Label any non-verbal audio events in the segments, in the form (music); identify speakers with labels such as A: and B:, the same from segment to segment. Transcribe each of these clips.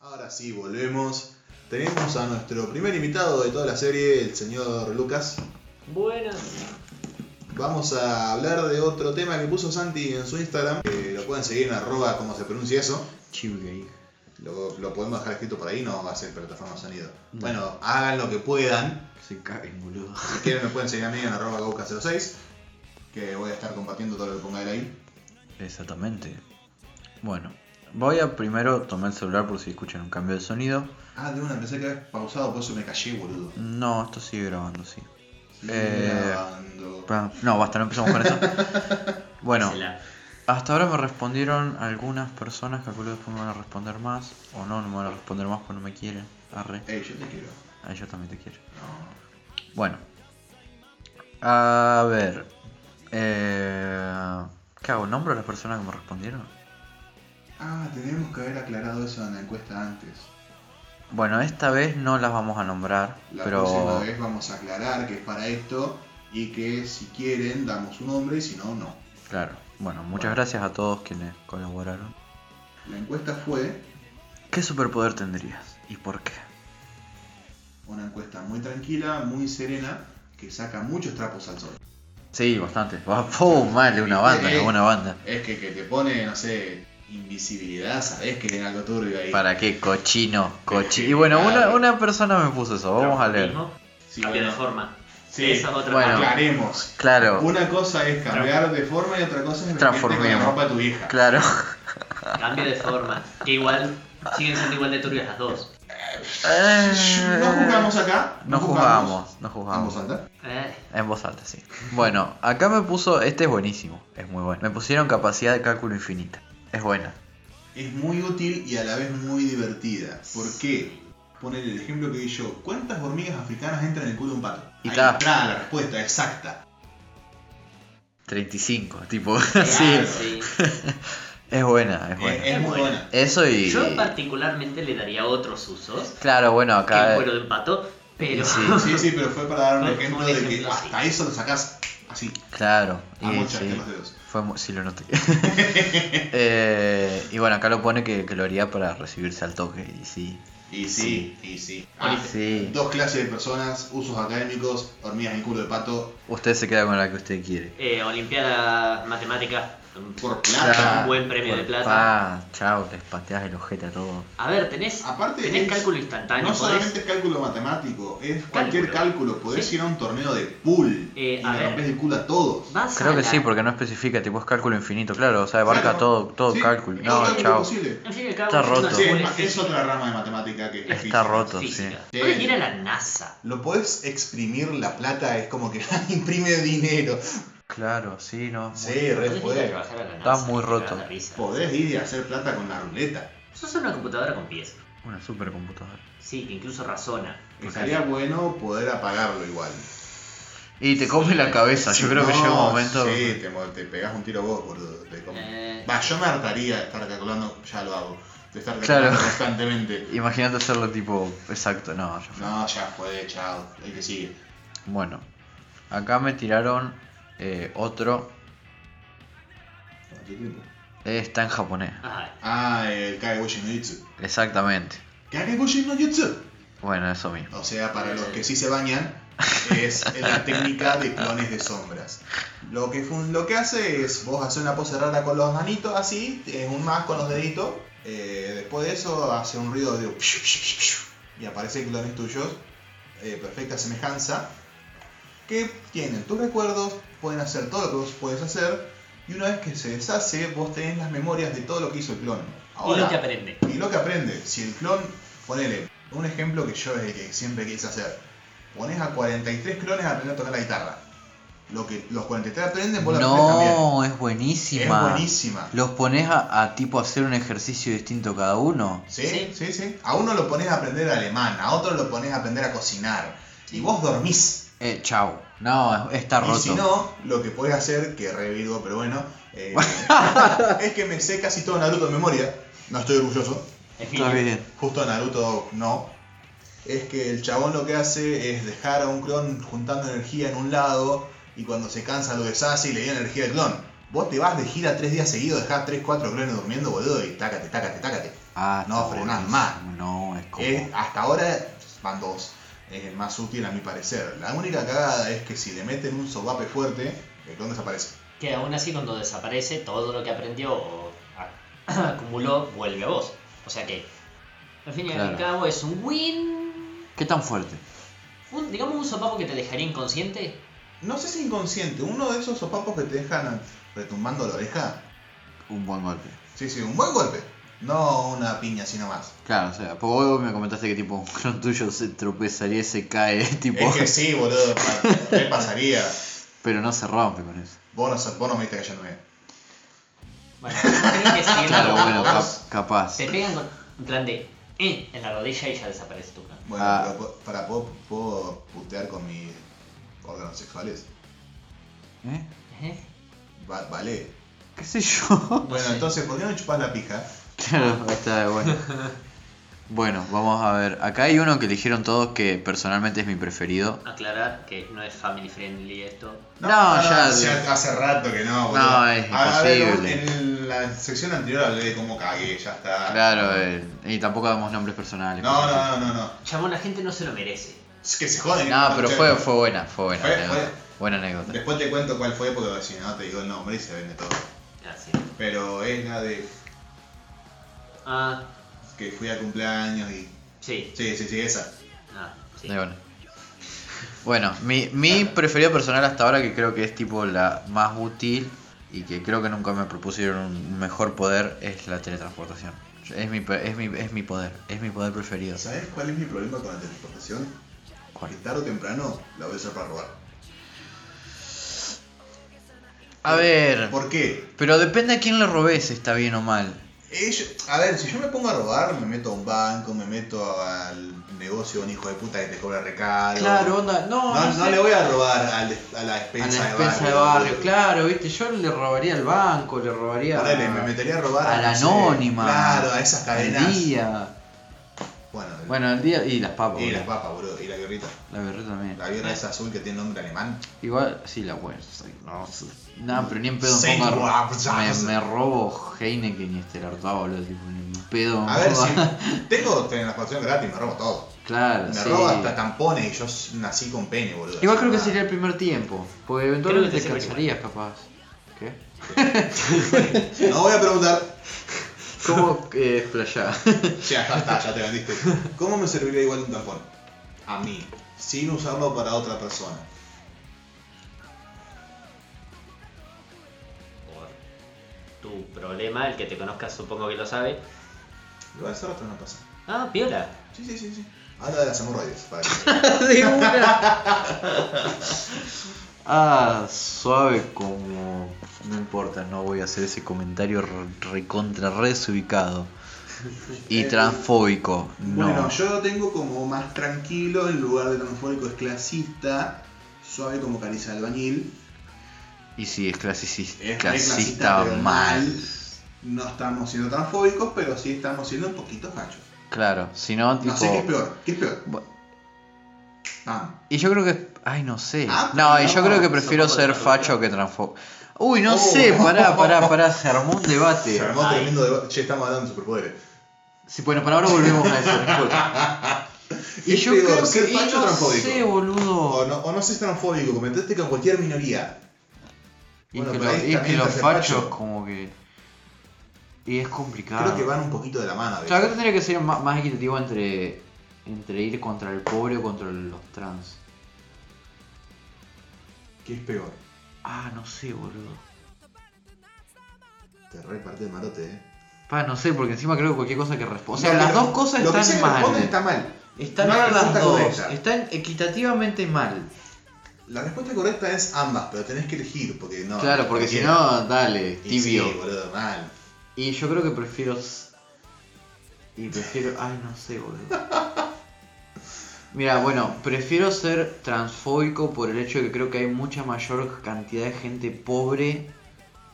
A: Ahora sí, volvemos. Tenemos a nuestro primer invitado de toda la serie, el señor Lucas.
B: Buenas.
A: Vamos a hablar de otro tema que puso Santi en su Instagram. que lo pueden seguir en arroba, como se pronuncia eso.
C: Chivgay.
A: Lo, lo podemos dejar escrito por ahí, no va a ser plataforma de sonido. Bueno, hagan lo que puedan.
C: Se caguen, boludo.
A: Si quieren me pueden seguir a mí en arroba gauca06, que voy a estar compartiendo todo lo que ponga él ahí.
C: Exactamente. Bueno, voy a primero tomar el celular por si escuchan un cambio de sonido.
A: Ah, de una, pensé que había pausado, por eso me callé, boludo.
C: No, esto sigue grabando, sí.
A: Sigue
C: Eh,
A: grabando.
C: Pa- No, basta, no empezamos con (laughs) eso. Bueno,
B: Hacela.
C: hasta ahora me respondieron algunas personas, calculo después me van a responder más. O no, no me van a responder más porque no me quieren. Arre.
A: Ey, yo te quiero.
C: A yo también te quiero.
A: No.
C: Bueno. A ver. Eh... ¿Qué hago? ¿Nombro a las personas que me respondieron?
A: Ah, tenemos que haber aclarado eso en la encuesta antes.
C: Bueno, esta vez no las vamos a nombrar,
A: La
C: pero...
A: próxima vez vamos a aclarar que es para esto y que si quieren damos un nombre y si no, no.
C: Claro. Bueno, muchas
A: Bueno.
C: gracias a todos quienes colaboraron.
A: La encuesta fue
C: ¿Qué superpoder tendrías y por qué?
A: una encuesta muy tranquila, muy serena, que saca muchos trapos al sol.
C: Sí, bastante. Va- (laughs) ¡Pum! Mal, de una banda, de
A: Eh.
C: buena banda.
A: Es que, que te pone, no sé, invisibilidad, sabés que tiene algo turbio ahí.
C: ¿Para qué? Cochino, cochino. Y bueno, una,
A: Claro.
C: una persona me puso eso, vamos a leer.
B: Mismo,
A: Sí,
B: cambio
A: bueno,
B: de forma.
A: sí,
B: Esa es otra
C: Bueno.
B: parte.
A: aclaremos.
C: Claro,
A: Una cosa es cambiar de forma y otra cosa es vestirte con la
C: Transformemos.
A: ropa de tu hija.
C: claro.
B: Cambio de forma. Que igual siguen siendo igual de turbias las dos.
A: (laughs) No jugamos acá.
C: Eh, (laughs) No juzgamos, no
A: Vamos
C: jugamos.
A: a andar.
B: Eh,
C: En voz alta, (laughs) sí. Bueno, acá me puso, este es buenísimo, es muy bueno. Me pusieron capacidad de cálculo infinita. Es buena.
A: es muy útil y a la vez muy divertida. ¿Por qué? Poner el ejemplo que di yo. ¿Cuántas hormigas africanas entran en el culo de un pato?
C: Y
A: Ahí
C: ta.
A: está la respuesta exacta.
C: 35, tipo, (laughs) así.
B: claro, sí.
C: Es buena,
A: Eh,
C: es buena.
A: es,
B: Es
A: muy
B: buena.
A: buena.
C: Eso y...
B: Yo particularmente le daría otros usos.
C: Claro, bueno,
B: Que
C: acá... eh,
B: el cuero de un pato. Pero.
C: Sí.
A: Sí, sí, pero fue para dar un
B: Fue
A: ejemplo
B: un
A: de que
B: ejemplo, sí.
A: hasta eso lo sacás así,
C: Claro.
A: (laughs) a
C: y
A: muchas
C: sí.
A: los dedos.
C: Fue mu- sí, lo noté. (laughs) Eh, y bueno, acá lo pone que, que lo haría para recibirse al toque. Y sí.
A: Y sí, y sí.
B: Ah,
A: Ah,
C: sí.
A: Dos clases de personas, usos académicos, hormigas en culo de pato,
C: Usted se queda con la que usted quiere.
B: (laughs) Eh, Olimpiadas Matemáticas.
A: por
C: Claro.
A: plata.
B: Un buen premio de plata.
C: Pa, chao, les pateas el ojete a todos.
B: A ver, tenés.
A: Aparte
B: Tenés
A: es-
B: cálculo instantáneo. podés-
A: No solamente es cálculo matemático, es cualquier
B: Cálculo.
A: cálculo. Podés
B: Sí.
A: ir a un torneo de pool
B: Eh,
A: y
B: a
A: le
B: ver.
A: rompes el culo a todos.
B: Vas a
C: Creo que
B: la-
C: sí, porque no especifica, tipo es cálculo infinito, claro. O sea, abarca
A: Claro.
C: todo, todo
A: Sí,
C: cálculo.
A: todo
C: No,
A: cálculo
C: chao.
A: posible.
B: Al fin y al cabo,
C: Está
B: es una
C: roto.
A: Sí, es,
B: buena
A: más, es
B: física.
A: otra rama de matemática que es la
C: Está
A: física.
C: roto, sí.
B: Física.
A: Sí.
B: Podés ir a la NASA.
A: Lo podés exprimir la plata, es como que (laughs) imprime dinero.
C: Claro, sí, no. muy-
A: Sí, re
B: Podés ir a
A: podés.
B: trabajar a la NASA.
C: Está muy
B: y te vas a
C: roto.
B: la risa.
A: Podés ir y hacer plata con la ruleta.
B: Sos una computadora con pies.
C: Una supercomputadora.
B: Sí, que incluso razona.
A: Estaría bueno poder apagarlo igual.
C: Y te come la cabeza, yo creo que
A: No,
C: llega un momento.
A: Sí, te, mo- te pegás un tiro vos, boludo. Te com-
B: Eh.
A: Va, yo me hartaría de estar calculando, ya lo hago. De estar
C: Claro.
A: calculando
C: (laughs)
A: constantemente.
C: Imagínate hacerlo tipo exacto, no, ya fue.
A: No, ya fue, chao. El que sigue.
C: Bueno, acá me tiraron eh, otro. Eh, Está en japonés.
B: Ajá.
A: Ah, el Kagebushi no Jutsu.
C: Exactamente.
A: Kagebushi no Jutsu.
C: Bueno, eso mismo.
A: O sea, para los que sí se bañan, es la técnica de clones de sombras. Lo que, fun- lo que hace es, vos haces una pose rara con los manitos, así, es un más con los deditos. eh, después de eso, hace un ruido de... Y aparecen clones tuyos, eh, perfecta semejanza, que tienen tus recuerdos, pueden hacer todo lo que vos puedes hacer. Y una vez que se deshace, vos tenés las memorias de todo lo que hizo el clon.
B: y lo que aprende.
A: Y lo que aprende, si el clon, ponele, un ejemplo que yo eh, que siempre quise hacer, pones a 43 clones a aprender a tocar la guitarra. Lo que los 43 aprenden, vos lo aprendés también.
C: No, es buenísima.
A: Es buenísima.
C: Los pones a, a tipo hacer un ejercicio distinto cada uno.
A: ¿Sí?
B: Sí.
A: sí, sí. A uno lo pones a aprender alemán, a otro lo pones a aprender a cocinar. Y vos dormís.
C: Eh, chau. No, es- está
A: y
C: roto.
A: si no, lo que podés hacer, que revirgo, pero bueno,
C: (laughs)
A: eh, es que me sé casi todo Naruto de memoria. No estoy orgulloso.
B: En fin,
C: Está bien.
A: justo Naruto no, es que el chabón lo que hace es dejar a un clon juntando energía en un lado y cuando se cansa lo deshace y le dio energía al clon. Vos te vas de gira tres días seguidos, dejás tres, cuatro clones durmiendo, boludo, y tácate, tácate, tácate.
C: Ah,
A: No
C: está
A: frenás
C: buenísimo.
A: más.
C: No, es como.
A: Eh, hasta ahora van dos. Es el más útil a mi parecer. La única cagada es que si le meten un sobape fuerte, el clon desaparece.
D: Que aún así cuando desaparece, todo lo que aprendió o a- (clears throat) acumuló vuelve a vos. O sea que, al fin y al
C: Claro.
D: cabo, es un win.
C: ¿Qué tan fuerte?
D: Un, digamos un sopapo que te dejaría inconsciente.
A: No sé si inconsciente, uno de esos sopapos que te dejan retumbando la oreja.
C: Un buen golpe.
A: Sí, sí, un buen golpe. No una piña así nomás.
C: Claro, o sea, porque vos me comentaste que tipo un clon tuyo se tropezaría y se cae, (laughs) tipo.
A: Es que sí,
C: (laughs)
A: boludo. pa- ¿Qué pasaría?
C: Pero no se rompe con eso.
A: Vos no, sos- vos no me viste cayendo bien.
D: Bueno, (laughs) tenés que seguirlo.
C: Claro, bueno,
A: capaz.
C: cap- capaz.
D: Te pegan con en plan de eh, en la rodilla y ya desaparece tu plan.
A: Bueno,
C: Ah.
A: pero po- para ¿puedo, puedo putear con mis órganos sexuales.
C: ¿Eh?
D: ¿Eh?
A: Va- vale.
C: ¿Qué sé yo? (laughs)
A: Bueno,
D: sé.
A: entonces, ¿por qué no chupas la pija?
C: Claro, ahí está (laughs) bueno. Bueno, vamos a ver. Acá hay uno que eligieron todos que personalmente es mi preferido.
D: Aclarar que no es family friendly esto.
C: No, ya-
A: Hace, Ah, hace rato que no, boludo.
C: No, es
A: A- a ver,
C: imposible.
A: en la sección anterior hablé de cómo cagué, ya está.
C: Claro, eh, y tampoco damos nombres personales.
A: No, no, no, no, no.
D: Chabón, la gente no se lo merece.
A: Es que se joden.
C: No, pero
A: che.
C: fue, fue buena, fue buena.
A: Fue-
C: anécdota.
A: fue-
C: Buena anécdota.
A: Después te cuento cuál fue, porque si no te digo el nombre y se vende todo.
D: Así.
A: Pero es la de
D: Ah,
A: que fui a cumpleaños y.
D: sí.
A: Sí, sí, sí, esa.
D: Ah, sí.
C: De buena. Bueno, mi, mi preferido personal hasta ahora, que creo que es tipo la más útil y que creo que nunca me propusieron un mejor poder, es la teletransportación. Es mi, pe- es mi, es mi poder, es mi poder preferido.
A: ¿Sabes cuál es mi problema con la teletransportación?
C: ¿Cuál?
A: Que tarde o temprano la voy a usar para robar.
C: A ver,
A: ¿Por qué?
C: pero depende a quién le robes, está bien o mal.
A: Eh, yo- a ver, si yo me pongo a robar, me meto a un banco, me meto al negocio de un hijo de puta que te cobra recargo.
C: onda,
A: No, no,
C: sé.
A: le voy a robar al des- a la
C: a
A: despensa,
C: la
A: del
C: despensa de barrio, claro, viste, yo le robaría al banco, le robaría
A: Ponele, me metería a robar
C: a la
A: no sé,
C: anónima,
A: claro, a esas
C: al
A: cadenas.
C: día.
A: Bueno,
C: Bueno, el día y las papas.
A: y
C: boludo. Eh.
A: las papas, boludo, y la birrita.
C: La birreta también.
A: La birra esa azul que tiene nombre alemán.
C: Igual, sí, la buena. sí, No, sí. Nah, pero ni en pedo
A: Sí,
C: me, pongo a-
A: guau,
C: me,
A: sí.
C: me robo Heineken y Estelar Artois, boludo. Tipo, ni en pedo. me
A: A ver
C: robo.
A: si tengo transportación gratis, me robo todo.
C: (laughs) Claro,
A: Me
C: sí.
A: robo hasta tampones y yo s- nací con pene, boludo.
C: Igual creo que
A: Ah.
C: sería el primer tiempo. Porque eventualmente
D: Creo que te
C: te
D: sirve
C: cansarías, capaz. ¿Qué?
A: No voy a preguntar.
C: (laughs) ¿Cómo eh,
A: (laughs)
C: explayá?
A: Ya, ya está, ya te vendiste. ¿Cómo me serviría igual un tampón? A mí, sin usarlo para otra persona.
D: Por tu problema, el que te conozca supongo que lo sabe.
A: Lo voy a hacer otra no pasa.
D: Ah, piola.
A: Sí, sí, sí, sí. Ahora de las hemorroides, para que-
C: De una. Ah, suave como. No importa, no voy a hacer ese comentario re- recontra re desubicado. Y
A: (laughs) Eh,
C: transfóbico. No.
A: Bueno, yo lo tengo como más tranquilo, en lugar de transfóbico es clasista, suave como cariza de albañil.
C: Y si es
A: Es
C: clasicis-
A: re
C: clasista
A: pero
C: mal.
A: No estamos siendo transfóbicos, pero sí estamos siendo un poquito gachos.
C: Claro, si no, tipo.
A: No sé qué es peor, qué es peor.
C: Bu-
A: Ah,
C: Y yo creo que. Ay, no sé.
A: Ah,
C: no, y yo
A: no,
C: creo que
D: son
C: prefiero
D: poco
C: ser
D: de
C: facho
D: calidad.
C: que transfóbico. Uy, no
A: Oh.
C: sé, pará, pará, pará, se armó un debate.
A: se armó
D: Ay.
A: tremendo debate. Che, estamos hablando de superpoderes.
C: Sí, bueno, para ahora volvemos a eso.
A: (laughs) ¿Qué es peor, ser
C: y
A: facho o
C: no
A: transfóbico?
C: sé, boludo.
A: O no, o no seas transfóbico, comentaste con cualquier minoría.
C: Y
A: Bueno,
C: que,
A: pero
C: lo-
A: ahí
C: y
A: también
C: que los
A: estás el
C: fachos
A: facho.
C: como que... Y es complicado.
A: Creo que van un poquito de la mano. a
C: O
A: veces.
C: sea, creo que tendría que ser más, más equitativo entre, entre ir contra el pobre o contra los trans.
A: ¿Qué es peor?
C: Ah, no sé, boludo.
A: Te reparte el marote, eh.
C: Pa, no sé, porque encima creo que cualquier cosa que responde... O sea,
A: No,
C: las
A: pero
C: dos cosas
A: lo que sea
C: están
A: que
C: mal.
A: responde está mal.
C: Están
A: no la
C: las
A: respuesta
C: dos.
A: correcta.
C: Están equitativamente mal.
A: La respuesta correcta es ambas, pero tenés que elegir, porque no.
C: claro, porque si
A: cualquiera.
C: no, dale,
A: Y
C: tibio.
A: Sí, boludo, mal.
C: Y yo creo que prefiero. s- Y prefiero. Ay, no sé, boludo. Mira, bueno, prefiero ser transfóbico por el hecho de que creo que hay mucha mayor cantidad de gente pobre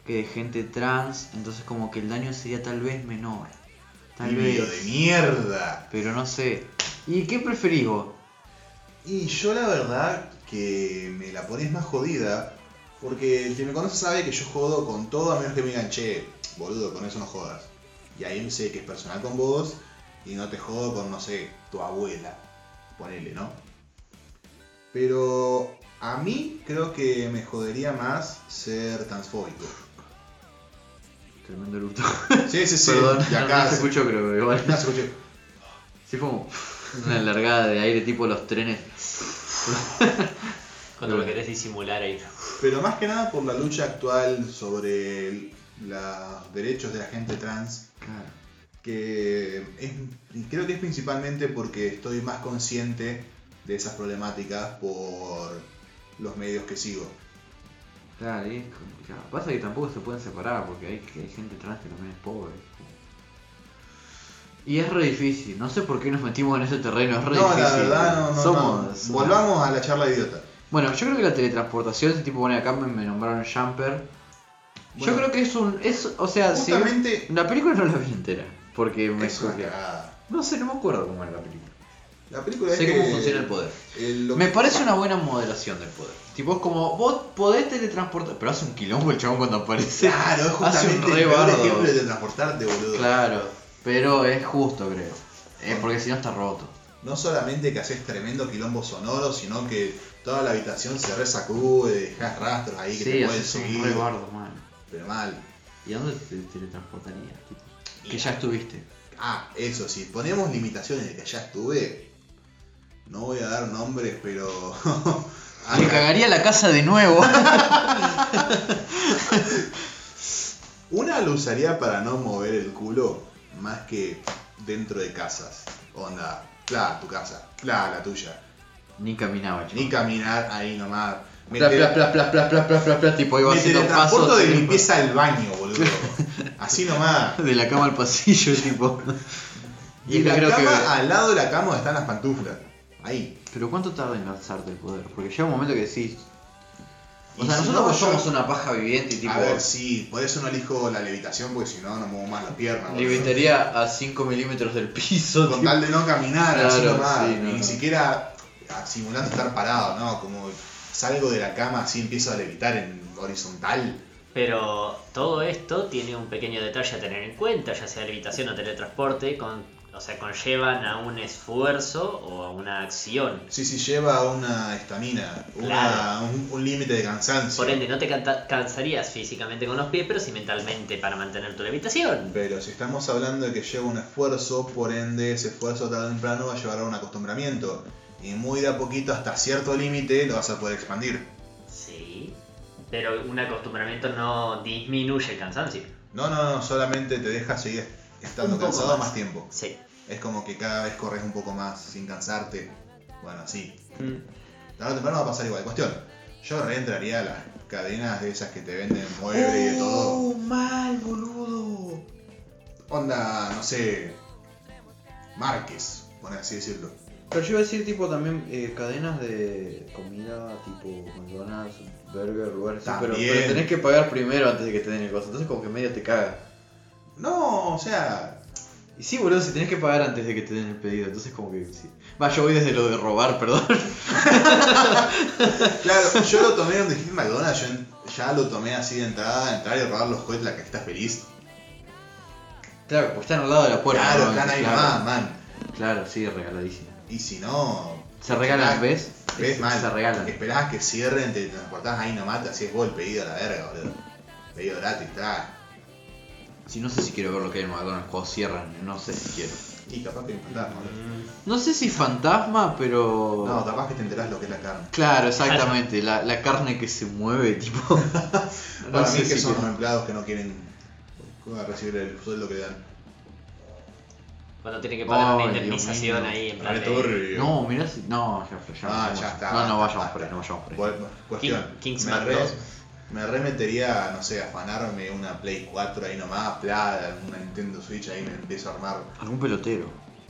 C: que de gente trans, entonces como que el daño sería tal vez menor. Tal
A: Tibio de
C: vez.
A: mierda.
C: Pero no sé. ¿Y qué preferís vos?
A: Y yo la verdad que me la pones más jodida, porque el que me conoce sabe que yo jodo con todo a menos que me digan, che, boludo, con eso no jodas. Y ahí sé que es personal con vos y no te jodo con, no sé, tu abuela. Ponele, ¿no? Pero a mí creo que me jodería más ser
C: (laughs)
A: transfóbico.
C: Tremendo luto.
A: Sí, sí, sí.
C: Perdón,
A: y acá
C: (laughs) no se escuchó creo, pero igual.
A: No se escuchó.
C: Sí fue como una largada de aire tipo los trenes.
D: Cuando lo querés disimular ahí.
A: Pero más que nada por la lucha actual sobre el- los derechos de la gente trans
C: Claro.
A: que es- y creo que es principalmente porque estoy más consciente de esas problemáticas por los medios que sigo.
C: Claro, y es complicado. Pasa que tampoco se pueden separar porque hay, que hay gente trans que también es pobre. Y es re difícil, no sé por qué nos metimos en ese terreno, es re
A: no,
C: difícil.
A: la verdad, no, no,
C: Somos.
A: no. Volvamos a la charla idiota.
C: Bueno, yo creo que la teletransportación, ese tipo, bueno, acá me, me nombraron Jumper.
A: Bueno.
C: yo creo que es un. Es, o sea, si-
A: Justamente
C: La película no la vi entera, porque Ah, me
A: es una
C: surgió.
A: cagada.
C: No sé, no me acuerdo cómo era la película.
A: La película
C: sé
A: es
C: cómo
A: que-
C: funciona el poder.
A: el- lo-
C: Me parece una buena modelación del poder. Tipo, es como, vos podés teletransportar, pero hace un quilombo el chabón cuando aparece.
A: Claro, es
C: hace un
A: justamente el
C: re
A: peor
C: bardo.
A: ejemplo de transportarte, boludo.
C: Claro, pero es justo, creo. Eh, porque si no está roto.
A: No solamente que haces tremendo quilombo sonoro, sino que toda la habitación se resacude, dejas rastros ahí que
C: Sí,
A: te pueden
C: haces un
A: seguir.
C: re bardo, man.
A: Pero mal.
C: ¿Y a dónde te teletransportarías? tipo? Que
A: Y-
C: ya estuviste.
A: Ah, eso, si ponemos limitaciones de que ya estuve, no voy a dar nombres, pero. (laughs) Ah,
C: Me cagaría la casa
A: (laughs)
C: de nuevo.
A: Una lo usaría para no mover el culo más que dentro de casas. Onda, claro, tu casa, claro, la tuya.
C: Ni caminaba,
A: Ni caminar ahí nomás. Me
C: Plas,
A: te-
C: plas, plas, plas, plas, plas, plas, plas, plas, tipo iba
A: me
C: haciendo
A: teletransporto
C: pasos.
A: de
C: tipo,
A: limpieza al baño,
C: (laughs)
A: boludo. Así nomás.
C: de la cama al pasillo, (laughs) tipo.
A: Y
C: Y
A: la
C: creo
A: cama,
C: que.
A: al lado de la cama donde están las pantuflas. Ahí.
C: Pero ¿cuánto tarda en lanzarte el poder? Porque llega un momento que decís. O
A: Y
C: sea,
A: si
C: nosotros pues
A: no, yo-
C: somos una paja viviente y tipo.
A: A ver, sí, por eso no elijo la levitación, porque si no, no muevo más la pierna. boludo.
C: Limitaría a 5 milímetros del piso.
A: Con
C: tipo. (laughs)
A: tal de no caminar,
C: Claro,
A: así nomás,
C: sí, no,
A: y ni
C: no.
A: siquiera ah, simulando estar parado, ¿no? Como salgo de la cama así empiezo a levitar en horizontal.
D: Pero todo esto tiene un pequeño detalle a tener en cuenta, ya sea levitación o teletransporte, con, o sea, conllevan a un esfuerzo o a una acción.
A: Sí, sí, lleva una estamina, una-
D: Claro.
A: un, un límite de cansancio.
D: Por ende, no te canta- cansarías físicamente con los pies, pero sí mentalmente para mantener tu levitación.
A: Pero si estamos hablando de que lleva un esfuerzo, por ende ese esfuerzo tarde o temprano va a llevar a un acostumbramiento. Y muy de a poquito hasta cierto límite lo vas a poder expandir.
D: Sí, pero un acostumbramiento no disminuye el cansancio.
A: No, no, no, solamente te deja seguir estando
D: Un poco
A: cansado
D: más.
A: más tiempo.
D: Sí.
A: Es como que cada vez corres un poco más sin cansarte. Bueno, sí. Tarde o temprano va a pasar igual. Cuestión, yo reentraría a las cadenas de esas que te venden mueble y de todo.
C: Oh, mal, boludo!
A: Onda, no sé. Márquez, por así decirlo.
C: Pero yo iba a decir, tipo, también eh, cadenas de comida, tipo McDonald's, Burger, lugares así, pero,
A: También.
C: pero tenés que pagar primero antes de que te den el coso. Entonces, como que medio te caga.
A: No, o sea.
C: Y sí, boludo, si tenés que pagar antes de que te den el pedido, entonces, como que sí. Va, yo voy desde lo de robar, (laughs) perdón.
A: Claro, yo lo tomé donde dijiste McDonald's, yo en- ya lo tomé así de entrada, entrar y robar los cohetes, la cajita feliz.
C: Claro, porque están al lado de la puerta.
A: claro,
C: ¿no?
A: están ahí
C: claro,
A: nomás, man.
C: Claro, sí, regaladísimo.
A: Y si no.
C: Se regalan,
A: Ah,
C: ¿ves?
A: Ves
C: Se-
A: mal.
C: Se regalan.
A: Esperás que cierren, te transportás ahí nomás, te hacés vos el pedido a la verga, boludo. Pedido gratis, está.
C: Si no sé si quiero ver lo que hay en McDonald's cuando cierran, no sé si quiero.
A: Y capaz que te empatás, boludo.
C: No sé si fantasma, pero.
A: No, capaz que te enterás lo que es la carne.
C: Claro, exactamente, la, la carne que se mueve, (laughs) tipo. No
A: Para mí
C: sé
A: es que
C: si
A: son
C: quiero.
A: los empleados que no quieren recibir el sueldo que dan.
D: Cuando tiene que pagar
C: Ay,
D: una
C: Dios
D: indemnización
C: mío.
D: ahí en plan de-
C: No, mirá si. No, ya, ya,
A: Ah,
C: no,
A: ya está,
C: No, no
A: basta,
C: vayamos
A: basta.
C: por ahí, no vayamos por ahí.
A: Bueno, Cuestión.
D: King- King's
A: me,
D: Man
A: re,
D: 2.
A: me re metería, no sé, a afanarme una Play 4 ahí nomás, plada, una Nintendo Switch, ahí me empiezo a armar.
C: Algún pelotero.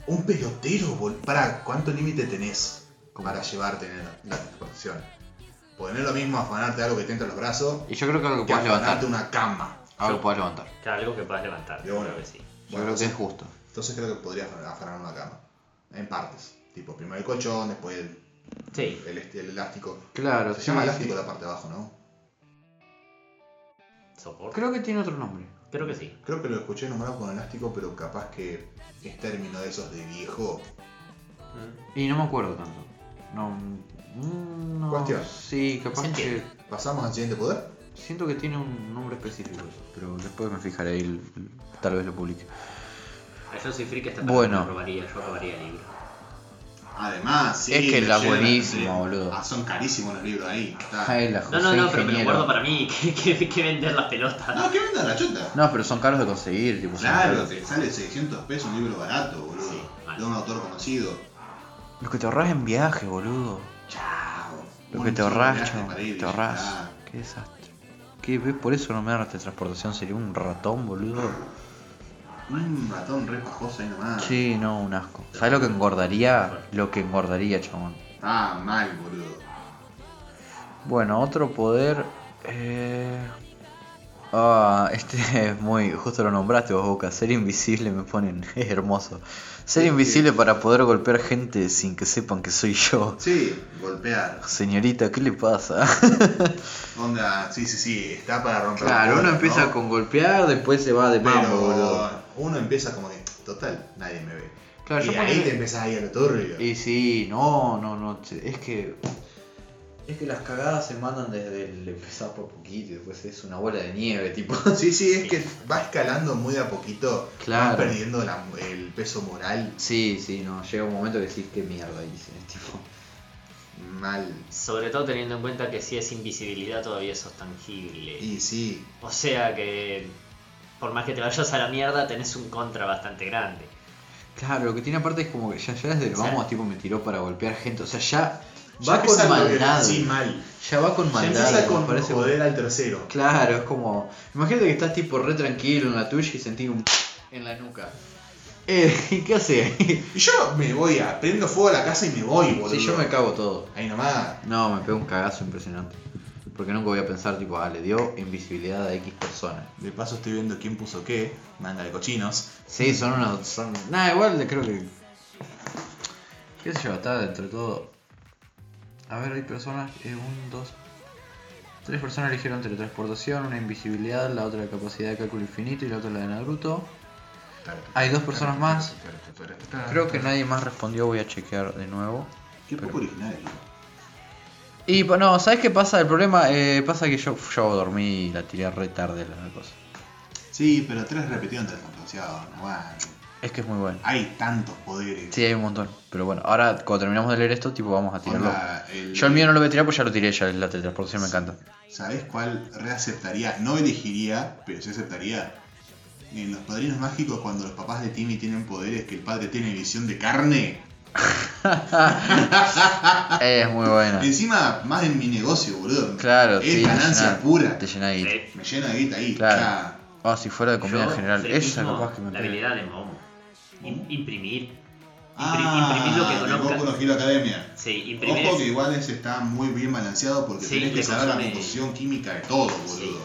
A: Un pelotero, bol. Para, ¿cuánto límite tenés
C: ¿Cómo?
A: para llevarte en la- la transportación? Porque no es lo mismo afanarte algo que te entra en los brazos
C: Y yo creo que algo
A: que
C: que puedas levantar.
A: afanarte una cama.
C: Algo que puedas levantar.
D: que algo que puedas levantar.
A: De una.
D: creo que sí.
C: Yo
A: Bueno,
C: creo que
A: sí.
C: es justo.
A: Entonces creo que podría afanar- afanar una cama. En partes. Tipo, primero el colchón, después el,
D: Sí.
A: el este- el elástico.
C: Claro,
A: Se
C: sí,
A: llama
C: sí.
A: elástico la parte de abajo, ¿no?
D: ¿Soporte?
C: Creo que tiene otro nombre.
D: Creo que sí.
A: Creo que lo escuché nombrado con elástico, pero capaz que es término de esos de viejo.
D: Mm.
C: Y no me acuerdo tanto. No. mm, no
A: Cuestión.
C: Sí, capaz
D: Se
C: que.
D: entiende.
A: ¿Pasamos al siguiente poder?
C: Siento que tiene un nombre específico eso, pero después me fijaré y l- tal vez lo publique.
D: Ah, Yo soy friki hasta
C: Bueno.
D: yo robaría, yo robaría el libro.
A: Además, sí.
C: Es que
A: lo
C: la
A: llevan,
C: buenísima,
A: sí.
C: boludo.
A: Ah, son carísimos los libros ahí. está.
C: Ay, la
D: No,
C: José
D: no, no, pero me lo
C: Ingeniero.
D: guardo para mí, (laughs) que, que, que vender las pelotas.
A: Ah, No, que vendan la chota.
C: No, pero son caros de conseguir, tipo. son
A: Claro,
C: caros.
A: te sale 600 pesos un libro barato, boludo.
D: Sí, vale.
A: De un autor conocido.
C: Lo que te ahorras en viaje, boludo.
A: Chao.
C: Lo
A: Un
C: que te
A: solo
C: ahorras,
A: viaje
C: chavo,
A: para ir y
C: Te
A: ya
C: ahorras.
A: está.
C: Qué desastre. ¿Qué, ¿Ves? Por eso no me dan transportación sería un ratón, boludo.
A: Un ratón re pajoso ahí nomás.
C: Sí, no, un asco. ¿Sabes lo que engordaría? Lo que engordaría, chabón. Ah,
A: Está mal, boludo.
C: Bueno, otro poder. eh, Ah, este (laughs) es muy. Justo lo nombraste vos, Boca. Ser invisible me ponen. (laughs) Es hermoso. Ser
A: Sí,
C: invisible para poder golpear gente sin que sepan que soy yo. (laughs)
A: Sí, golpear.
C: Señorita, ¿qué le pasa? (laughs)
A: Onda, sí, sí, sí, está para romper.
C: Claro, uno
A: bolas,
C: empieza
A: ¿no?
C: con golpear, después se va de
A: Pero
C: mambo, boludo.
A: uno empieza como que, total, nadie me ve.
C: Claro,
A: y
C: yo
A: ahí
C: ponele-
A: te empezás a ir a lo turbio.
C: Y sí, no, no, no, che, es que. Es que las cagadas se mandan desde el empezar por poquito y después es una bola de nieve, tipo.
A: (laughs) Sí, sí, es que va escalando muy de a poquito.
C: Claro. (laughs)
A: Vas perdiendo la- el peso moral
C: Sí, sí, no, llega un momento que decís qué mierda hice, (laughs) tipo.
A: mal.
D: Sobre todo teniendo en cuenta que si es invisibilidad todavía eso es tangible.
A: Y sí,
D: O sea que por más que te vayas a la mierda tenés un contra bastante grande.
C: Claro, lo que tiene aparte es como que ya, ya desde el
D: O sea-
C: vamos, tipo, me tiró para golpear gente, o sea, ya.
A: Ya
C: Va
A: empieza
C: con
A: lo que-
C: maldad.
A: Sí, mal.
C: Ya va con
A: Ya
C: maldad,
A: empieza
C: me
A: con
C: parece-
A: joder al tercero.
C: Claro, es como. Imagínate que estás tipo re tranquilo en la tuya y sentís un (laughs) en la nuca. Eh, (laughs) ¿y qué haces ahí?
A: Y yo me voy, a, prendo fuego a la casa y me voy, boludo.
C: Sí, yo me cago todo.
A: Ahí nomás.
C: No, me pego un cagazo impresionante. Porque nunca voy a pensar, tipo, ah, le dio invisibilidad a X persona.
A: De paso estoy viendo quién puso qué. Manga de cochinos.
C: Sí, son unos. Son... Nada, igual le creo que. ¿Qué sé yo? Está dentro de todo. A ver, hay personas. Eh, un, dos. Tres personas eligieron teletransportación, una invisibilidad, la otra la capacidad de cálculo infinito y la otra la de Naruto. Hay dos personas más.
A: Ah,
C: Creo que nadie más respondió, voy a chequear de nuevo.
A: Qué poco original.
C: Y pues, no, ¿sabes qué pasa? El problema eh, pasa que yo, yo dormí y la tiré re tarde la cosa.
A: Sí, pero tres repetieron teletransportación. No va.
C: Es que es muy bueno.
A: Hay tantos poderes.
C: Sí, hay un montón. Pero bueno, ahora cuando terminamos de leer esto, tipo, vamos a tirarlo.
A: Onda, el-
C: Yo el mío no lo voy a tirar porque ya lo tiré, ya la teletransportación me encanta.
A: ¿Sabés cuál reaceptaría? No elegiría, pero sí aceptaría. En los padrinos mágicos, cuando los papás de Timmy tienen poderes, que el padre tiene visión de carne.
C: es muy buena.
A: Encima, más en mi negocio, boludo.
C: Claro,
A: es
C: sí,
A: ganancia
C: llená-
A: pura.
C: Te llena de guita.
D: Eh,
A: Me llena de guita ahí.
C: Claro.
A: ya.
C: Ah, si fuera de comida en
D: yo,
C: general, esa
D: friquismo,
C: capaz que me
D: La
C: pega.
D: habilidad de Momo. Im- imprimir. Impri- imprimir lo que
A: Ah,
D: conozcas.
A: Goku no Hero Academia.
D: Sí, imprimir.
A: Ojo que
D: es-
A: igual ese está muy bien balanceado porque
D: Sí,
A: tenés que
D: le
A: saber la
D: consume-
A: composición química de todo, boludo.
D: Sí.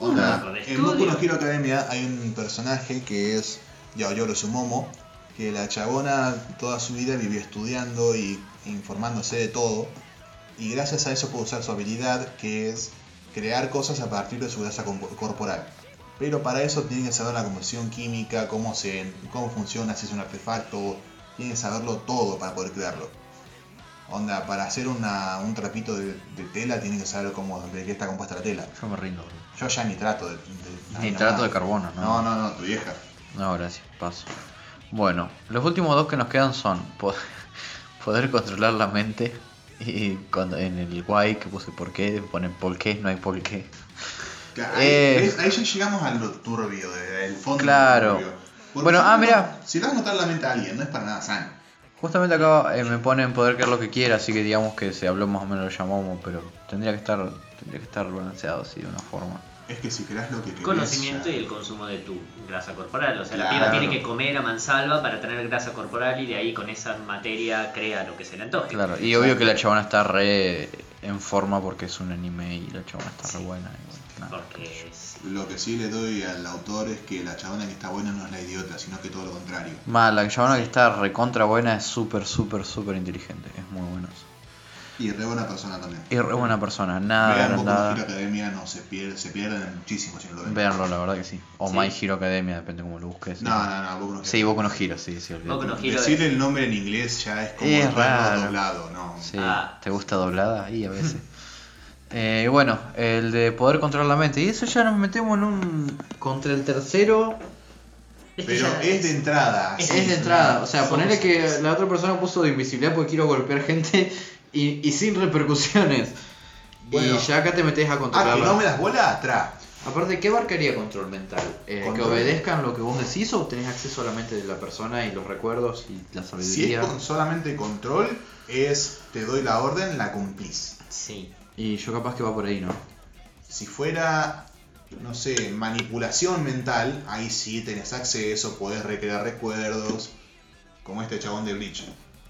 A: O sea,
D: Uno con
A: en Boku no
D: estudio.
A: Hero Academia hay un personaje que es Yaoyoro Sumomo, que la chabona toda su vida vivió estudiando y informándose de todo, y gracias a eso puede usar su habilidad, que es crear cosas a partir de su grasa com- corporal. Pero para eso tiene que saber la composición química, cómo, se, cómo funciona, si es un artefacto, tiene que saberlo todo para poder crearlo. Onda, para hacer una- un trapito de, de tela tiene que saber cómo, de qué está compuesta la tela.
C: Yo me rindo. bro.
A: Yo ya ni trato de.
C: Ni
A: no,
C: trato
A: no.
C: de carbono, ¿no?
A: No, no, no, tu vieja.
C: No, gracias, paso. Bueno, los últimos dos que nos quedan son po- (laughs) poder controlar la mente. Y cuando en el guay que puse por qué, ponen por qué, no hay por qué.
A: Ahí,
C: Eh.
A: ¿ves? Ahí ya llegamos a lo turbio, de- del fondo.
C: Claro.
A: del turbio. Porque
C: Bueno,
A: si
C: ah,
A: no-
C: mira.
A: Si le vas a notar la mente a alguien, no es para nada sano.
C: Justamente acá eh, me ponen poder creer lo que quiera, así que digamos que se habló más o menos lo llamamos, pero tendría que estar tendría que estar balanceado así de una forma.
A: Es que si creas lo que querés.
D: Conocimiento
A: ya-
D: y el consumo de tu grasa corporal. O sea, la
A: Claro.
D: piba tiene que comer a mansalva para tener grasa corporal y de ahí con esa materia crea lo que se le antoje.
C: Claro, y obvio que la chabona está re en forma porque es un anime y la chabona está re buena. y bueno, nada.
D: Porque sí.
A: Lo que sí le doy al autor es que la chabona que está buena no es la idiota, sino que todo lo contrario.
C: Mal, la chabona que está recontra buena es súper, súper, súper inteligente, es muy buena.
A: Y re buena persona también.
E: Es re buena persona,
C: Ah,
E: nada,
A: Vean
E: no
A: Boku no
E: nada.
A: Hero Academia, no, se pierden, se pierden muchísimo si no lo ven.
E: Véanlo, la verdad que sí. O
D: Sí.
E: My Hero Academia, depende cómo lo busques.
A: No, no, no, Boku no Hero.
E: Sí, Boku no Hero, sí, sí. olvídate.
D: Boku no Hero
A: Decir
D: (laughs) es-
A: el nombre en inglés ya es como
E: Es
A: raro
E: raro.
A: doblado, ¿no?
E: Sí,
D: Ah.
E: ¿te gusta doblada? Y a veces. (laughs) Eh, bueno, el de poder controlar la mente. Y eso ya nos metemos en un.
C: Contra el tercero
D: Es que
A: Pero
D: Este ya-
A: es de entrada.
C: es
A: sí.
C: de entrada. O sea,
D: Somos
C: ponerle que
D: hombres.
C: la otra persona puso de invisibilidad porque quiero golpear gente y, y sin repercusiones.
A: Bueno.
C: Y ya acá te metes a
A: Ah,
C: controlar.
A: que
C: la-
A: no me las bolas atrás.
C: Aparte, ¿qué abarcaría control mental? Eh,
A: Control.
C: ¿Que obedezcan lo que vos decís o tenés acceso a la mente de la persona y los recuerdos y la
A: Si
C: sabiduría?
A: es con solamente control, es te doy la orden, la cumplís.
D: Sí.
C: Y yo capaz que va por ahí, ¿no?
A: Si fuera, no sé, manipulación mental, ahí sí tenés acceso, podés recrear recuerdos. Como este chabón de Bleach.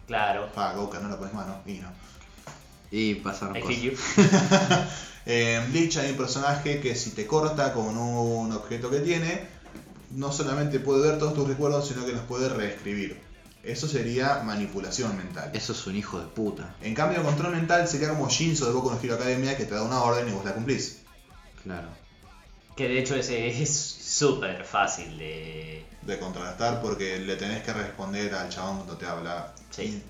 D: Claro.
A: Pa, Goka, no lo pones mano. Y no.
C: Y pasaron
D: I
C: cosas.
D: feel you.
A: En Bleach hay un personaje que si te corta con un objeto que tiene, no solamente puede ver todos tus recuerdos, sino que los puede reescribir. Eso sería manipulación mental.
C: Eso es un hijo de puta,
A: En cambio, control mental sería como Shinzo de Boku no Hero Academia que te da una orden y vos la cumplís.
C: claro.
D: Que de hecho ese es súper fácil de.
A: De contrastar porque le tenés que responder al chabón cuando te habla.
D: Sí.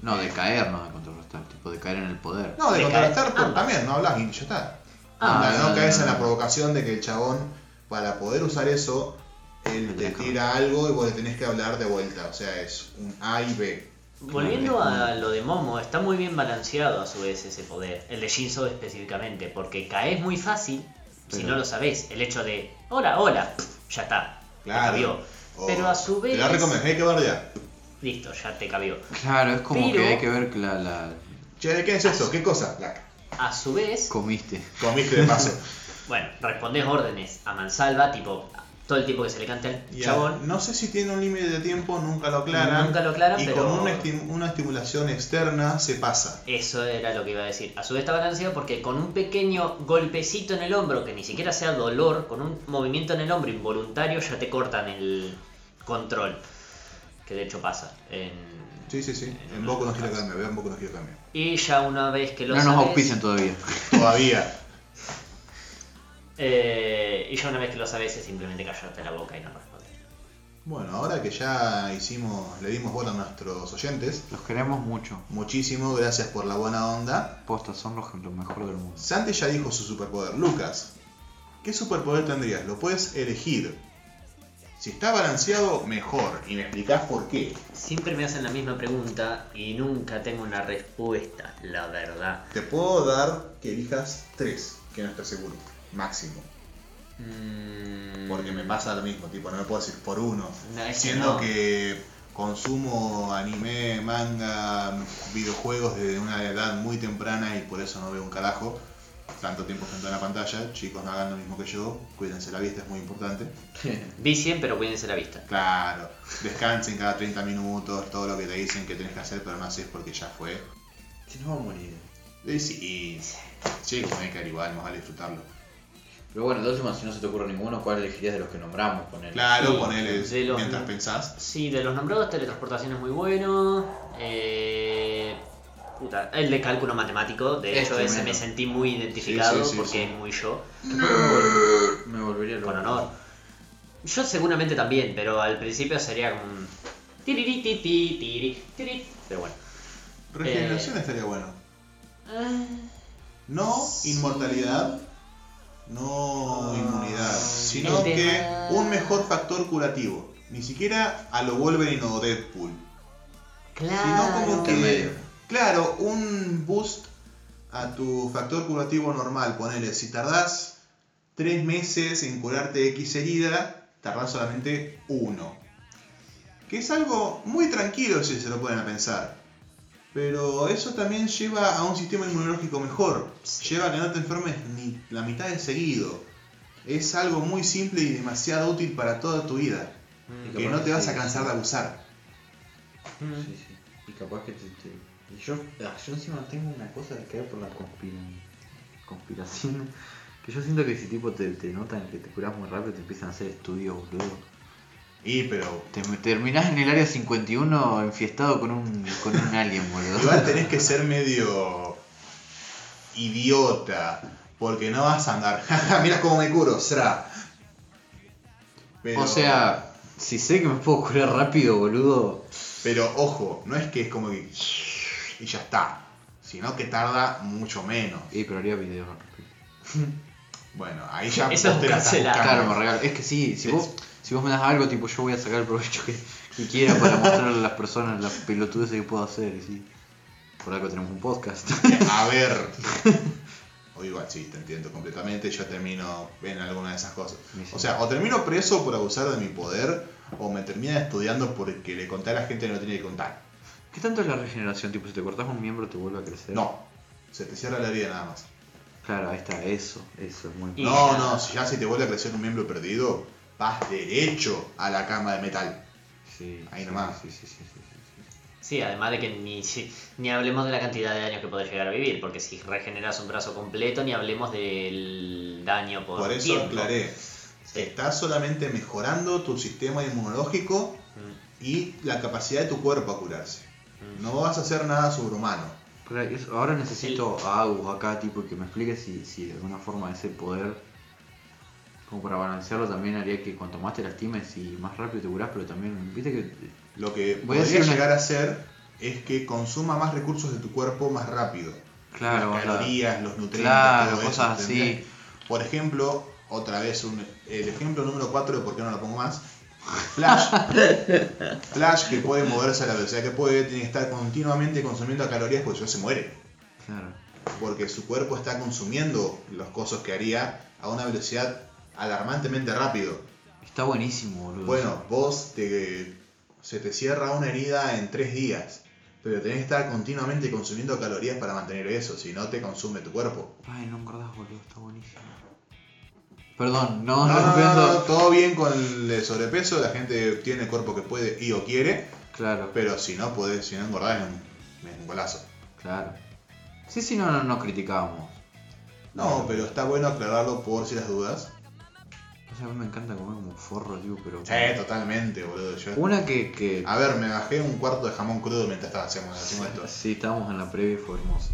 C: No, de caer, no de contrarrestar, tipo de caer en el poder.
A: No, de
D: Le
A: contrastar
D: caes
A: porque
D: ambas.
A: también no hablas y ya está.
C: Ah,
A: Onda, no
C: no,
A: caes
C: no,
A: en la
C: no.
A: provocación de que el chabón, para poder usar eso, él te
C: Tenés que
A: tira algo y vos le tenés que hablar de vuelta. O sea, es un A y B.
D: Volviendo a lo de Momo, está muy bien balanceado a su vez ese poder. El de Shinzo específicamente, porque caes muy fácil si
C: Pero-
D: no lo sabés. El hecho de. Hola, hola. pf, Ya está. Te
A: Claro.
D: cabió.
A: O
D: Pero a su
A: Te la
D: vez-
A: recomendé, hay que ver ya.
D: Listo, ya te cabió.
C: Claro, es como
D: Pero-
C: que hay que ver que la, la
A: Che, ¿de ¿qué es eso? ¿Qué cosa? La
D: A su vez.
C: comiste.
A: comiste de
D: (laughs)
A: paso.
D: Bueno, respondés órdenes a mansalva, tipo, todo el tiempo que se le cante al
A: Y a-
D: chabón.
A: no sé si tiene un límite de tiempo, nunca lo aclaran.
D: Nunca lo aclaran,
A: Y
D: pero-
A: con una, esti- una estimulación externa se pasa.
D: Eso era lo que iba a decir. A su vez está balanceado porque con un pequeño golpecito en el hombro, que ni siquiera sea dolor, con un movimiento en el hombro involuntario, ya te cortan el control. Que de hecho pasa. en-
A: Sí, sí, sí. En Boku no quiero cambiar, vean Boku no quiero cambiar.
D: Y ya una vez que lo
C: No nos
D: sabes-
C: auspician todavía.
A: Todavía.
D: eh, y ya una vez que lo sabes es simplemente callarte la boca y no responder.
A: Bueno, ahora que ya hicimos, le dimos bola a nuestros oyentes,
C: Los queremos mucho.
A: muchísimo gracias por la buena onda.
C: Posta, son los, los mejor del (laughs) mundo.
A: Santi ya dijo su superpoder. Lucas, ¿qué superpoder tendrías? Lo puedes elegir. Si está balanceado, mejor. Y me explicás por qué.
D: Siempre me hacen la misma pregunta y nunca tengo una respuesta, la verdad.
A: Te puedo dar que elijas tres, que no estoy seguro. Máximo.
D: Mm,
A: Porque me pasa lo mismo, tipo, no me puedo decir por uno.
D: No, es que
A: Siendo
D: no.
A: que consumo anime, manga, videojuegos desde una edad muy temprana y por eso no veo un carajo. Tanto tiempo frente a una pantalla, chicos no hagan lo mismo que yo, cuídense la vista, es muy importante.
D: Vicien, pero cuídense la vista.
A: Claro, descansen cada 30 minutos, todo lo que te dicen que tenés que hacer, pero no haces porque ya fue.
C: Si no va a morir.
A: Y sí, chicos, no hay que igual, más vale disfrutarlo.
C: Pero bueno, de última, si no se te ocurre ninguno, ¿cuál elegirías de los que nombramos? Con
A: Claro,
D: Sí,
A: ponele
D: de los-
A: mientras pensás.
D: Sí, de los nombrados, teletransportación es muy bueno. Eh, puta, el de cálculo matemático, de
C: Es
D: hecho, ese
C: tremendo.
D: me sentí muy identificado
A: sí, sí,
D: porque
A: sí.
D: es muy yo,
C: Me volvería loco.
D: con honor. Yo seguramente también, pero al principio sería como un... tiriri, ti, ti, tiri, tiri. Pero bueno. Eh,
A: Regeneración estaría bueno. Ah, No inmortalidad, no inmunidad, sino
D: El
A: que
D: tema-
A: un mejor factor curativo. Ni siquiera a lo Wolverine o Deadpool, sino como
D: Claro.
A: que,
C: Intermedio.
A: claro, un boost a tu factor curativo normal. Ponele, si tardás tres meses en curarte X herida, tardás solamente uno. Que es algo muy tranquilo si se lo pueden pensar. Pero eso también lleva a un sistema inmunológico mejor. Lleva a que no te enfermes ni la mitad de seguido. Es algo muy simple y demasiado útil para toda tu vida.
C: Y
A: Que
C: capaz
A: no te vas
C: sí,
A: a cansar
C: sí.
A: de abusar.
D: Mm.
C: Sí, sí. Y capaz que te. te- y yo, ah, yo encima tengo una cosa de caer por la conspiración. Conspiración. (laughs) Que yo siento que si tipo te, te notan que te curas muy rápido, te empiezan a hacer estudios, boludo.
A: Y pero
C: Te me- terminás en el área 51 enfiestado con un, con un alien, boludo. (laughs)
A: Igual tenés que ser medio idiota, porque no vas a andar. (laughs) "Jaja, Mira cómo me curo, sra. Pero-
C: O sea, si sé que me puedo curar rápido, boludo.
A: Pero ojo, no es que es como que. Y ya está. Sino que tarda mucho menos.
C: Y pero haría videos
A: Bueno, ahí ya
D: Eso es
A: vos te la estás
D: cancelar.
A: buscando.
C: Claro, me regalo. Es que sí, si
A: Es-
C: vos, si vos me das algo, tipo, yo voy a sacar el provecho que, que quiera para mostrarle a las personas las pelotudeces que puedo hacer. y sí. Por algo tenemos un podcast. (laughs)
A: A ver. (laughs) O igual, sí, te entiendo completamente. Yo termino en alguna de esas cosas. O sea, o termino preso por abusar de mi poder, o me termina estudiando porque le conté a la gente que no tenía que contar.
C: ¿Qué tanto es la regeneración? Tipo, si te cortas un miembro, te vuelve a crecer.
A: No. Se te cierra la herida nada más.
C: Claro, ahí está, eso, eso es muy
D: Y-
A: No, no, si ya si te vuelve a crecer un miembro perdido, vas derecho a la cama de metal.
C: Sí,
A: Ahí
C: sí,
A: nomás.
C: Sí, sí, sí, sí, sí,
D: Sí, además de que ni, si- ni hablemos de la cantidad de años que podés llegar a vivir, porque si regeneras un brazo completo, ni hablemos del daño por,
A: Por eso
D: tiempo.
A: aclaré.
D: Sí.
A: Estás solamente mejorando tu sistema inmunológico
D: Mm,
A: y la capacidad de tu cuerpo a curarse.
D: mm.
A: No vas a hacer nada sobrehumano.
C: Pero es- ahora necesito a Agus acá, tipo, que me explique si, si de alguna forma ese poder, como para balancearlo, también haría que cuanto más te lastimes y más rápido te curás, pero también, viste que
A: Lo que
C: Voy a
A: podría
C: decir una-
A: llegar a hacer es que consuma más recursos de tu cuerpo más rápido. las
C: Claro, o sea,
A: calorías, los nutrientes,
C: claro,
A: todo eso,
C: cosas así.
A: ¿entendés? Por ejemplo, otra vez un- el ejemplo número 4 de por qué no lo pongo más. Flash. Flash que puede moverse a la velocidad que puede, tiene que estar continuamente consumiendo calorías porque si no se muere.
C: Claro.
A: Porque su cuerpo está consumiendo los cosos que haría a una velocidad alarmantemente rápido.
C: Está buenísimo, boludo.
A: Bueno, vos te, se te cierra una herida en tres días, pero tenés que estar continuamente consumiendo calorías para mantener eso, si no te consume tu cuerpo.
C: Ay, no engordás, boludo, está buenísimo. Perdón,
A: No,
C: no, no,
A: no, no,
C: pienso-
A: no, Ah, todo bien con el sobrepeso, la gente tiene el cuerpo que puede y o quiere,
C: Claro,
A: pero si no podés, si no engordás es un, es un golazo.
C: claro. Sí, sí, no, no, no criticábamos.
A: No, pero está bueno aclararlo por si las dudas.
C: O sea, a mí me encanta comer como un forro, tío, pero.
A: Sí, totalmente, boludo. Yo...
C: Una que. que...
A: A ver, me bajé un cuarto de jamón crudo mientras estaba haciendo, haciendo esto.
C: Sí, estábamos en la previa y fue hermoso.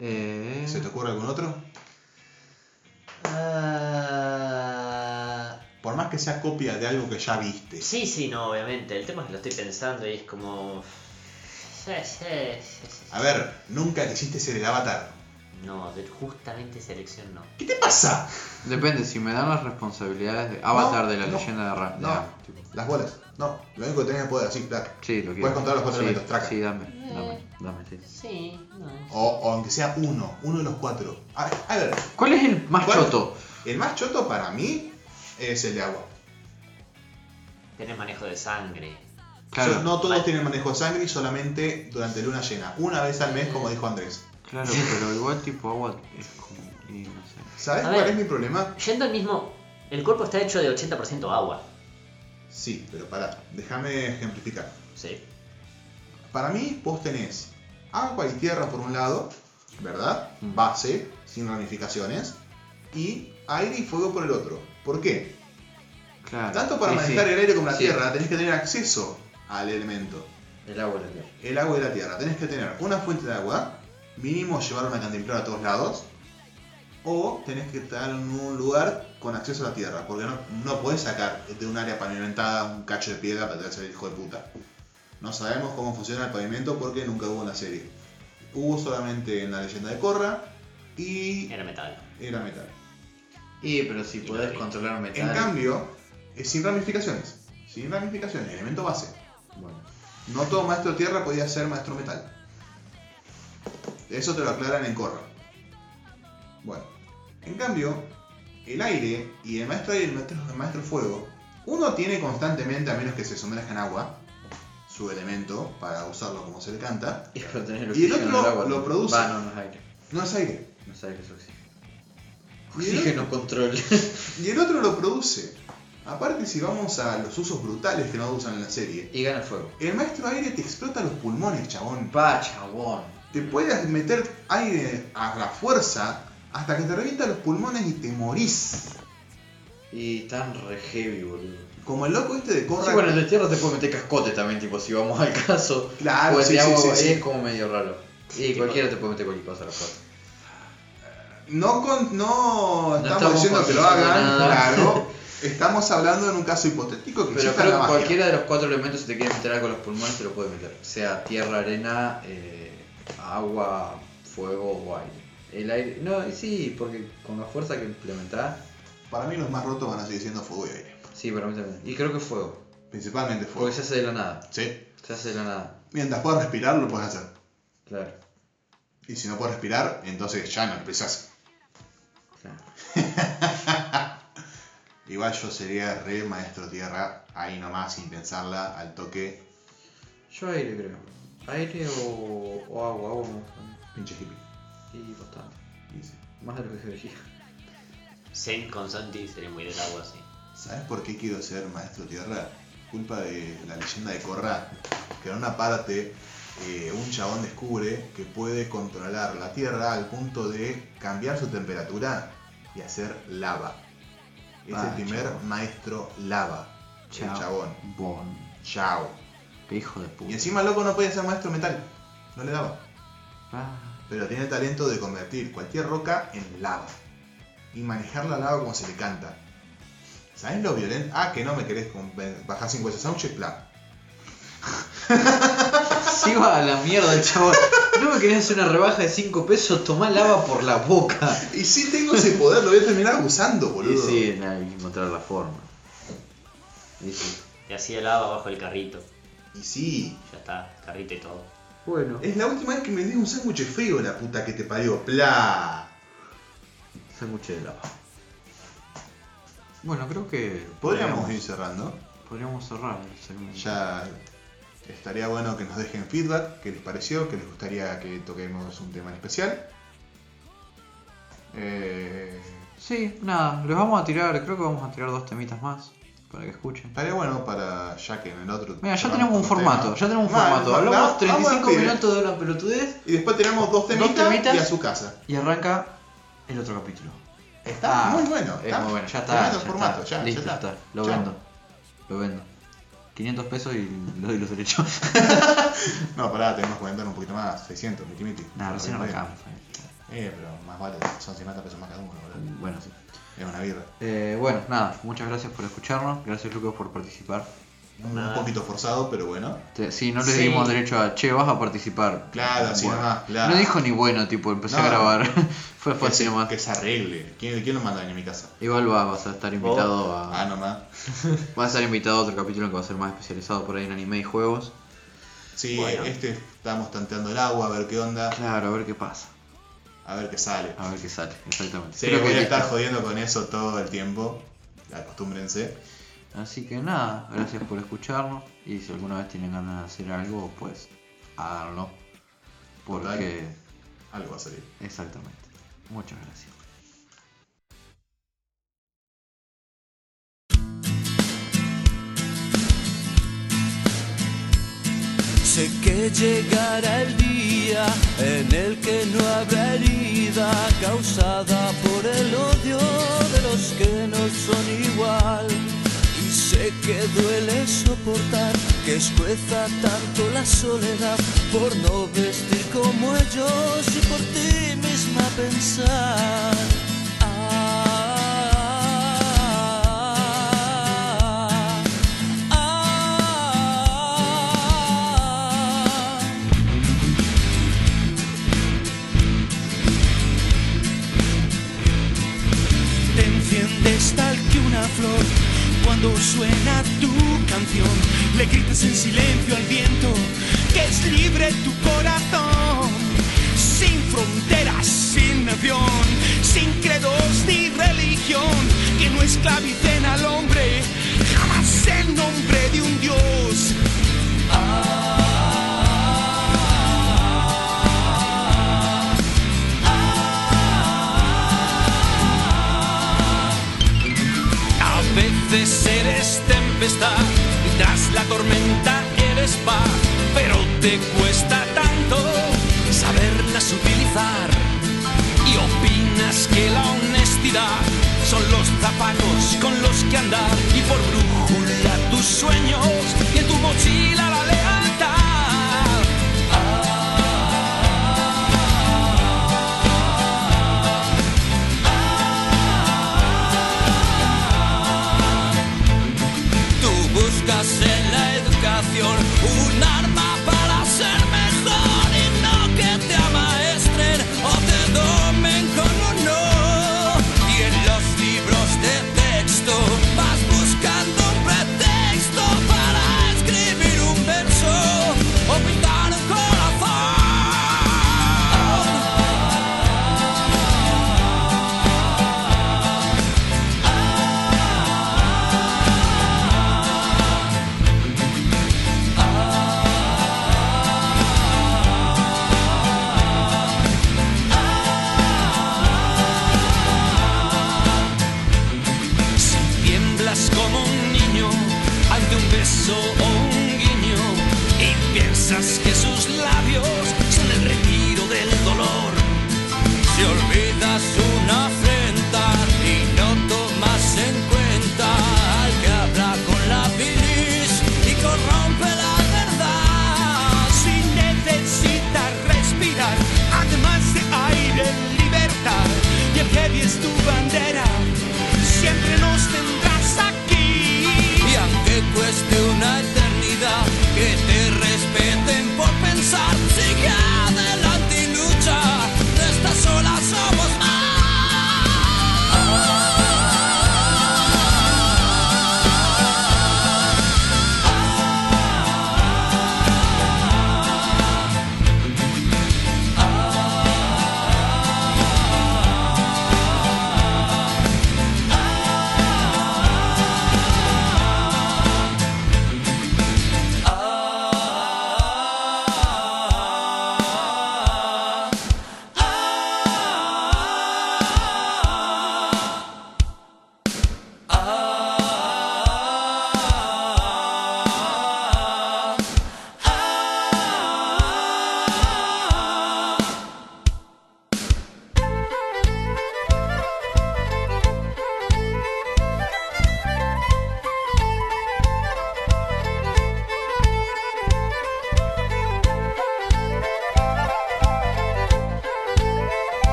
C: Eh,
A: que sea copia de algo que ya viste.
D: Ah, Sí, sí, no, obviamente. El tema es que lo estoy pensando y es como. Sí, sí, sí, sí.
A: A ver, nunca quisiste ser el avatar.
D: No, de- justamente selección no.
A: ¿Qué te pasa?
E: Depende, si me dan las responsabilidades de Avatar de la
A: no,
E: leyenda de Ra.
A: No,
E: ya, tipo,
A: las bolas. No, lo único que tenés es poder, así, claro.
E: Sí, lo quiero.
A: Puedes controlar los cuatro
E: sí,
A: elementos, traca.
E: Sí, dame, dame, dame, sí.
D: Sí, no.
A: O, o aunque sea uno, uno de los cuatro. A, a ver,
E: ¿Cuál es el más
A: ¿Cuál?
E: choto?
A: el más choto para mí es el de agua.
D: Tenés manejo de sangre.
E: Claro,
A: Yo- no todos
D: Vale.
A: tienen manejo de sangre y solamente durante luna llena. Una vez al mes, como dijo Andrés.
E: claro, pero igual tipo agua es como... y no sé.
A: ¿Sabes
D: A
A: cuál
D: ver.
A: es mi problema?
D: Yendo al mismo. El cuerpo está hecho de 80% agua.
A: Sí, pero pará, déjame ejemplificar.
D: Sí.
A: Para mí, vos tenés agua y tierra por un lado, ¿verdad? Base, sin ramificaciones. Y aire y fuego por el otro. ¿Por qué?
E: Claro.
A: Tanto para
E: Ah, sí,
A: manejar el aire como la
E: Sí.
A: tierra, tenés que tener acceso al elemento.
E: El agua la tierra.
A: el agua y la tierra. Tenés que tener una fuente de agua, mínimo llevar una cantimplora a todos lados, o tenés que estar en un lugar con acceso a la tierra, porque no, no podés sacar de un área pavimentada un cacho de piedra para hacer el hijo de puta. No sabemos cómo funciona el pavimento porque nunca hubo una serie. Hubo solamente en la leyenda de Corra y
D: Era metal.
A: era metal.
C: Y pero si
D: Y
C: podés
D: la-
C: controlar metal.
A: En cambio, es sin ramificaciones. Sin ramificaciones, elemento base.
C: Bueno.
A: No todo maestro tierra podía ser maestro metal. Eso te lo aclaran en Corra. Bueno, en cambio, el aire y el maestro aire y el maestro, el maestro fuego, uno tiene constantemente, a menos que se sumerja en agua, su elemento para usarlo como se le canta.
C: Y, pero tenés el
A: Y el
C: oxígeno
A: otro
C: del agua,
A: lo
C: ¿no?
A: produce.
C: Va, no, no es aire.
A: No es aire.
C: No es aire, es oxígeno.
A: Y el-
C: Oxígeno control. (laughs)
A: Y el otro lo produce. Aparte, si vamos a los usos brutales que no usan en la serie,
C: y gana fuego.
A: el maestro aire te explota los pulmones, chabón.
C: Pa, chabón.
A: te puedes meter aire a la fuerza hasta que te revientan los pulmones y te morís.
C: Y tan re heavy, boludo.
A: Como el loco este de Corra.
C: Sí, bueno, el de tierra te puede meter cascote también, tipo, si vamos al caso.
A: Claro,
C: o el
A: sí,
C: de
A: sí,
C: agua
A: sí, sí.
C: es como medio raro. Y cualquiera te puede meter cualquier cosa a la fuerza.
A: No, con, no, estamos,
C: estamos
A: diciendo que lo
C: consiguiendo
A: hagan,
C: nada.
A: claro.
C: (laughs)
A: Estamos hablando en un caso hipotético que
C: Pero
A: exista la
C: creo que
A: magia.
C: cualquiera de los cuatro elementos, si te quieres meter algo en los pulmones, te lo puede meter. Sea tierra, arena, eh, agua, fuego o aire. El aire. No, y sí, porque con la fuerza que implementás.
A: Para mí los más rotos van a seguir siendo fuego y aire.
C: Sí, para mí también. Y creo que fuego.
A: Principalmente fuego.
C: Porque se hace de la nada.
A: Sí.
C: Se hace de la nada.
A: Mientras puedas respirar, lo puedes hacer.
C: Claro.
A: Y si no puedes respirar, entonces ya no empezás.
C: claro.
A: Igual yo sería re maestro tierra, ahí nomás, sin pensarla, al toque,
C: Yo aire creo. Aire o, o agua, agua me gusta.
A: pinche hippie.
C: Y bastante.
A: Y sí.
C: Más de lo que debería.
D: Zen con Santi sería muy del agua, sí.
A: ¿Sabes por qué quiero ser maestro tierra? Culpa de la leyenda de Korra, que en una parte eh, un chabón descubre que puede controlar la tierra al punto de cambiar su temperatura y hacer lava. Es
E: Ah,
A: el primer
E: chabón.
A: maestro lava.
E: Chao.
A: El chabón.
E: Bon.
A: Chao.
E: Qué hijo de puta.
A: Y encima el loco no podía ser maestro metal. No le daba.
E: Ah,
A: Pero tiene el talento de convertir cualquier roca en lava. Y manejar la lava como se le canta. ¿Sabes lo violento? Ah, que no me querés con- bajar 5 veces a un chipla.
E: Se iba a la mierda el chabón. No me querías hacer una rebaja de 5 pesos, tomá lava por la boca.
A: Y si tengo ese poder, lo voy a terminar usando,
E: Y
A: boludo.
E: sí, nada, hay que encontrar la forma. Y sí.
D: Y así el agua bajo el carrito.
A: Y sí.
D: Ya está, carrito y todo.
E: Bueno.
A: Es la última vez que me di un sándwich frío, la puta que te parió. Pla.
E: Sándwich de lava. Bueno, creo que.
A: Podríamos ir cerrando.
E: podríamos cerrar el segmento.
A: Ya estaría bueno que nos dejen feedback, qué les pareció, que les gustaría que toquemos un tema en especial. Eh...
E: Sí, nada, les vamos a tirar, creo que vamos a tirar dos temitas más para que escuchen.
A: Estaría bueno para ya que en el otro.
E: Mira, ya
A: tocamos
E: tenemos un
A: tema.
E: formato, ya tenemos un
A: Mal,
E: formato.
A: mal,
E: Hablamos
A: mal,
E: 35
A: vamos al
E: minutos de una pelotudez
A: pibe. Y después tenemos dos temitas,
E: temitas.
A: y a su casa.
E: y arranca el otro capítulo.
C: Ah,
A: Está muy bueno.
E: Es
A: está
E: muy bueno, ya está.
A: tremendo
E: Ya
A: formato,
E: está.
A: ya,
E: Listo,
A: ya está.
E: Lo
A: Ya.
E: vendo. Lo vendo. 500 pesos y le doy los
C: (laughs)
E: derechos.
A: No, pará, tenemos que aumentar un poquito más. 600, miti miti.
E: nada, recién
A: Está bien.
C: eh.
E: arrancamos.
A: Eh, pero más vale, son 50 pesos más cada uno, boludo.
E: Bueno, sí.
A: Es una birra.
C: Eh, bueno, nada, muchas gracias por escucharnos. Gracias, Lucas, por participar.
A: Un,
D: Nada.
A: poquito forzado, pero bueno.
C: Te- sí, no le
D: Sí.
C: dimos derecho a che, vas a participar.
A: Claro, así
C: Bueno.
A: nomás, claro.
C: No dijo ni bueno, tipo, empecé
A: No.
C: a grabar. (laughs) Fue
A: que,
C: fácil
A: se,
C: nomás.
A: que se arregle. ¿Quién, quién lo manda a mi casa?
C: Igual va- vas a estar invitado
A: Ah,
C: a.
A: nomás.
C: Vas a estar invitado a otro capítulo que va a ser más especializado por ahí en anime y juegos.
A: Sí,
D: Bueno.
A: este estamos tanteando el agua, a ver qué onda,
C: Claro, a ver qué pasa.
A: a ver qué sale.
E: Ah,
C: A ver qué sale, exactamente.
A: Sí,
C: Creo que
A: voy a
C: listo.
A: estar jodiendo con eso todo el tiempo. Acostúmbrense.
C: Así que nada, gracias por escucharnos. Y si alguna vez tienen ganas de hacer algo, pues háganlo. Porque.
A: Algo va a salir.
C: Exactamente. Muchas gracias.
F: Sé que llegará el día en el que no habrá herida causada por el odio de los que no son igual. Y sé que duele soportar que escueza tanto la soledad por no vestir como ellos y por ti misma pensar. Ah, ah, ah, ah. te enciendes tal que una flor cuando suena tu canción. Le gritas en silencio al viento que es libre tu corazón. Sin fronteras, sin nación, sin credos ni religión, que no esclavicen al hombre, jamás el nombre de un Dios. A veces eres tempestad, tras la tormenta eres paz, pero te cuesta tanto saberlas utilizar. Y opinas que la honestidad son los zapatos con los que andar y por brújula tus sueños y en tu mochila la lealtad. Tú buscas en la educación un arma para